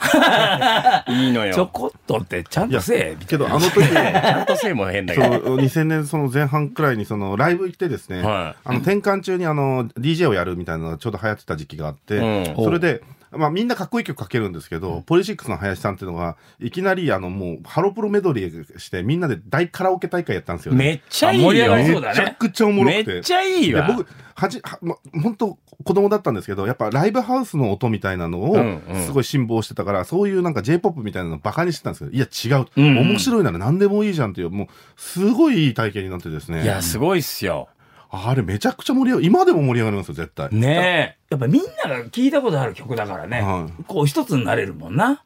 S1: いいの
S2: ん。ちょ
S1: よ。
S2: こっとってちゃん
S3: いや
S2: とせえ。みた
S3: け
S2: いな
S3: ど、あの
S1: *laughs*
S3: 時、
S1: ちゃんとせいも変だ
S3: そ
S1: けど。
S3: の2000年その前半くらいにそのライブ行ってですね、
S1: は
S3: あの転換中にあの DJ をやるみたいなのがちょうど流行ってた時期があって、
S1: うん
S3: それで、まあ、みんなかっこいい曲かけるんですけど、ポリシックスの林さんっていうのがいきなりあのもうハロプロメドレーしてみんなで大カラオケ大会やったんですよ、
S1: めっちゃいいよ。
S2: あ盛り上がりそうだ
S3: めちゃくちゃおもろくて。
S1: めっちゃいい
S3: いや
S1: わ。
S3: 僕はじは、ま、本当子供だったんですけどやっぱライブハウスの音みたいなのを
S1: うんうん
S3: すごい辛抱してたから、そういうなんか j p o p みたいなのバカにしてたんですけどいや違う、
S2: うんうん
S3: 面白いなら何でもいいじゃんっていうもうすごいいい体験になってですね
S1: いや、すごいっすよ。
S3: あれめちゃくちゃ盛り上が今でも盛り上がりますよ絶対、
S1: ね
S2: やっぱみんなが聞いたことある曲だからね。
S3: は
S2: こう一つになれるもんな。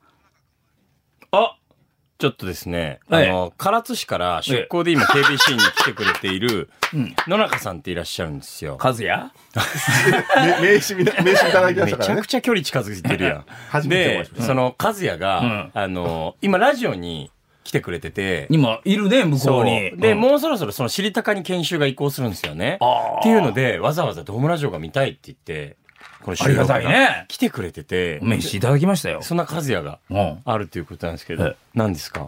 S1: え。あちょっとですね、あ
S2: はい
S1: の、唐津市から出向で今 KBC に来てくれている野中さんっていらっしゃるんですよ。
S2: 和也
S3: め名刺みな
S1: *laughs*
S3: 名刺いただきま
S1: め
S3: したか
S1: ち
S3: ら
S1: ゃ
S3: ね
S1: くちゃ距離近づいてるやん。
S3: 初めてお会い
S1: で
S3: し、ました
S1: その、和也が、あの、今ラジオに、来てくれてて。
S2: 今いるね向こうに
S1: そうで、
S2: ん
S1: もうそろそろその知りたかに研修が移行するんですよね。
S2: あー
S1: っていうので、わざわざドームラジオが見たいって言って、この収録
S2: ありがたいね
S1: 来てくれてて
S2: お、飯いただきましたよ、
S1: そんな和也が
S2: うん、
S1: あるということなんですけど
S2: え、
S1: 何ですか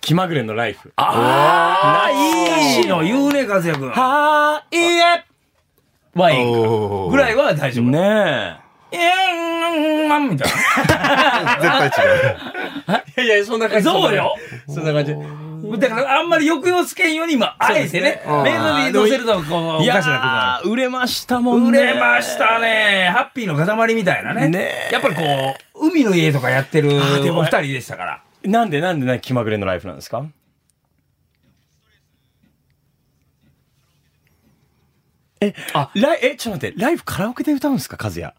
S1: 気まぐれのライフ。あ
S2: あいいの言うね和也君
S1: はーいえ
S2: ワイン
S3: おー
S2: ぐらいは大丈夫ね
S1: ね
S2: えーんみたい
S3: 絶対違う。
S1: え。いやいや、そんな
S2: なそうよ
S1: そんな感じ。
S2: だからあんまり抑揚つけんように今あえてねメロディー乗せるとこうおかしなこと
S1: い
S2: になる
S1: やー、売れましたもん
S2: 売
S1: ね。
S2: れましたね。ハッピーの塊みたいなね。
S1: ねえ
S2: やっぱりこう、海の家とかやってる
S1: ーでも
S2: お二人でしたから。
S1: なんでなんでなんで気まぐれのライフなんですかえ、あ、ライ、え、ちょっと待って、ライフカラオケで歌うんですか和也。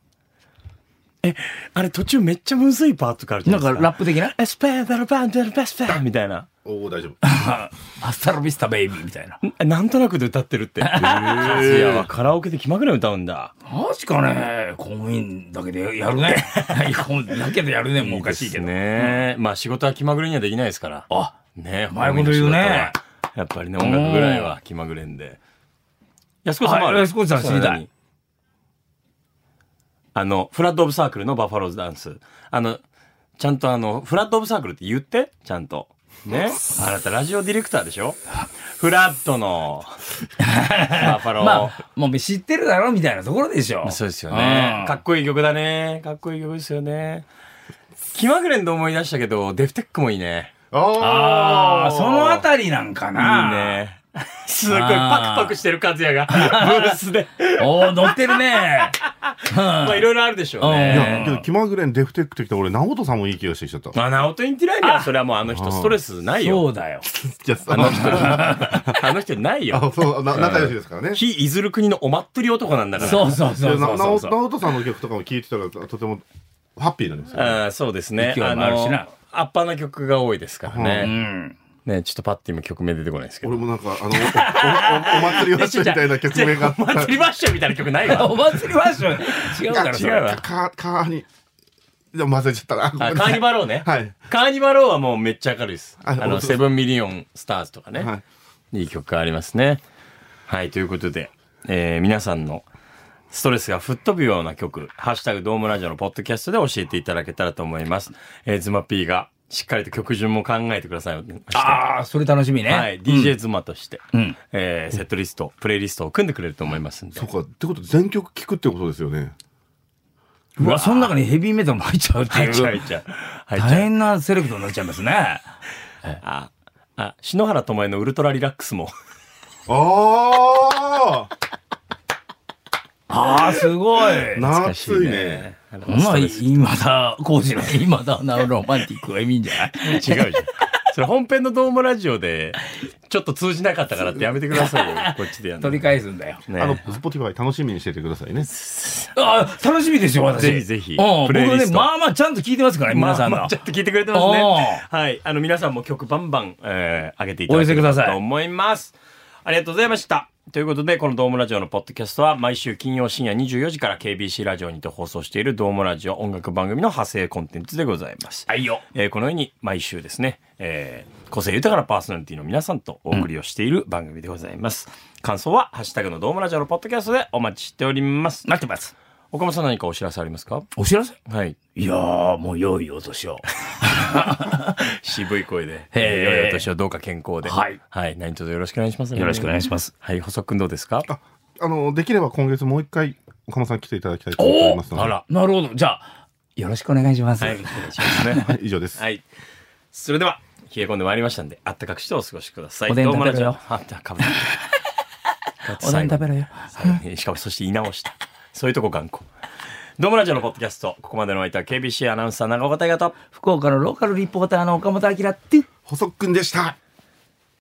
S1: え、あれ途中めっちゃむずいパートがあるじゃ
S2: な
S1: なんいです
S2: か
S1: か。
S2: ラップ的な
S1: エスペーダルバンダルバスペーみたいな。
S3: おお大丈夫。
S2: アスタロビスタベイビーみたいな。
S1: んなんとなくで歌ってる *laughs* って。和也はカラオケで気まぐれ歌うんだ。
S2: マジかね。公務員だけでやるね。いや公務員だけでやるね。もうおかしいけど。
S1: ですね。まあ仕事は気まぐれにはできないですから。
S2: あ、
S1: ね
S2: うまいこと言うね。
S1: やっぱりね、音楽ぐらいは気まぐれんで。安子さんもある
S2: はい安子さん知りたい。
S1: あの、フラットオブサークルのバファローズダンス。あの、ちゃんとあの、フラットオブサークルって言って、ちゃんと。ね。あなたラジオディレクターでしょフラットの、バファロー。
S2: まあ、もう知ってるだろみたいなところでしょ。
S1: そうですよね
S2: う。ん
S1: かっこいい曲だね。かっこいい曲ですよね。気まぐれんで思い出したけど、デフテックもいいね。
S2: ああ、そのあ
S3: り。
S2: たりなんか
S1: いい
S2: な。。
S1: ね。 *laughs* すごいパクパクしてる和也が、ブースで。
S2: おお、乗ってるね。
S1: まあいろいろあるでしょう
S3: い
S2: うん
S1: ね。
S3: や、けど気まぐれにデフテックってきた俺、直人さんもいい気がしてきちゃった。
S1: まあ、ナオトインティライミはそれはもうあの人ストレスないよ。
S2: そうだよ。
S3: じゃあ、あの人。
S1: あの人ないよ。
S3: あ、そう、な仲良しですからね。
S1: 非いずる国のおまっとり男なんだから。
S2: そうそうそうそうそうそう。
S3: 直人さんの曲とかも聴いてたらとてもハッピーなんですよ。
S1: あーそうですね。
S2: 勢いもあるしな
S1: のアッパーな曲が多いですから
S2: う
S1: ね。
S2: ん。
S1: ね、ちょっとパッて今曲名出てこないですけど
S3: 俺。もなんか、あの、おおおお祭り
S1: いや
S3: まし
S1: 違う
S3: みたいな曲名があっ
S1: 違うお
S3: た。
S1: *laughs* 祭りましょみたいな曲ない
S2: お *laughs*
S1: わ。
S2: 祭りファッション違うから
S1: 違
S2: そうれ。
S1: わ。
S3: か、かに。でも忘れちゃったな。ごめ
S1: あ
S3: ん
S1: カ
S3: な
S1: ー
S3: さ
S1: ニ
S3: い
S1: バローね。
S3: はい
S1: カーニバローはもうめっちゃ明るいです。あ
S3: あ
S1: の、
S3: そう
S1: セブンミリオンスターズとかね。、
S3: はい
S1: い曲ありますね。はい、ということで、えー皆さんのストレスが吹っ飛ぶような曲、ハッシュタグドームラジオのポッドキャストで教えていただけたらと思います。えー、ズマピーがしっかりと曲順も考えてくださいまして。
S2: ああ、それ楽しみね。
S1: はい、DJ 妻として、
S2: うん
S1: えーセットリスト、プレイリストを組んでくれると思いますんで
S3: そ。うか。ってこと、全曲聴くってことですよね。
S2: うわ、その中にヘビーメタルも入っちゃうって
S1: 入
S2: い
S1: っちゃう、
S2: う。
S1: 入っちゃう。入っち
S2: 大
S1: ゃう。
S2: 変なセレクトになっちゃいますね。
S1: あ、あ、篠原ともえのウルトラリラックスも。
S3: あ
S2: ああ、すごい。
S3: あ夏いね。。
S2: まあ、今だ、工事の今だなロマンティックがいいんじゃない
S1: *laughs* 違うじゃん。それ本編のドームラジオで、ちょっと通じなかったからってやめてくださいよ。こっちでやるの。
S2: 取り返すんだよ。
S1: ね
S3: あの、Spotify 楽しみにしててくださいね。
S2: ああ、楽しみですよ、私。
S1: ぜひぜひ
S2: うん、
S1: プ
S2: 僕
S1: レイリ
S2: ね
S1: ス、ト
S2: まあまあちゃんと聞いてますからね、皆さん
S1: まあま
S2: の
S1: あちょ。っと聞いてくれてます
S2: お
S1: ね。
S2: ー
S1: はい。あの、皆さんも曲バンバン、えー、上げていただ
S2: お寄
S1: け
S2: せ
S1: れ
S2: く
S1: ば
S2: ださい
S1: と思います。ありがとうございました。ということで、このドームラジオのポッドキャストは、毎週金曜深夜24時から KBC ラジオにて放送しているドームラジオ音楽番組の派生コンテンツでございます。
S2: はいよ。
S1: えーこのように毎週ですね、えー個性豊かなパーソナリティの皆さんとお送りをしている番組でございます。感想は、ハッシュタグのドームラジオのポッドキャストでお待ちしております。
S2: 待ってます。
S1: 岡本さん何かお知らせありますか
S2: お知らせ
S1: はい。
S2: いやー、もう良いお年を。
S1: 渋い声で。
S2: へー
S1: 良いお年をどうか健康で。
S2: はい
S1: はい。何卒よろしくお願いします、
S2: よろしくお願いします。
S1: はい。細くんどうですか
S3: あ、あの、できれば今月もう一回、岡本さん来ていただきたいと思いますので。
S1: あら。
S2: なるほど。じゃあ、よろしくお願いします。
S1: はい。お願いしますね。
S3: はい、以上で
S1: *laughs*
S3: す。
S1: はい。それでは、冷え込んでまいりましたんで、あったかくしてお過ごしください。
S2: おでん
S1: どうも
S2: 食べろよ
S1: ラジオあ、じゃあ *laughs* かぶった。
S2: おでん食べろよ。
S1: はいしかもそして言い直した。そういうとこ頑固。ドームラジオのポッドキャスト、ここまでのお相手は KBC アナウンサー長岡大和と。
S2: 福岡のローカルリポーターの岡本明って。
S3: 細くんでした。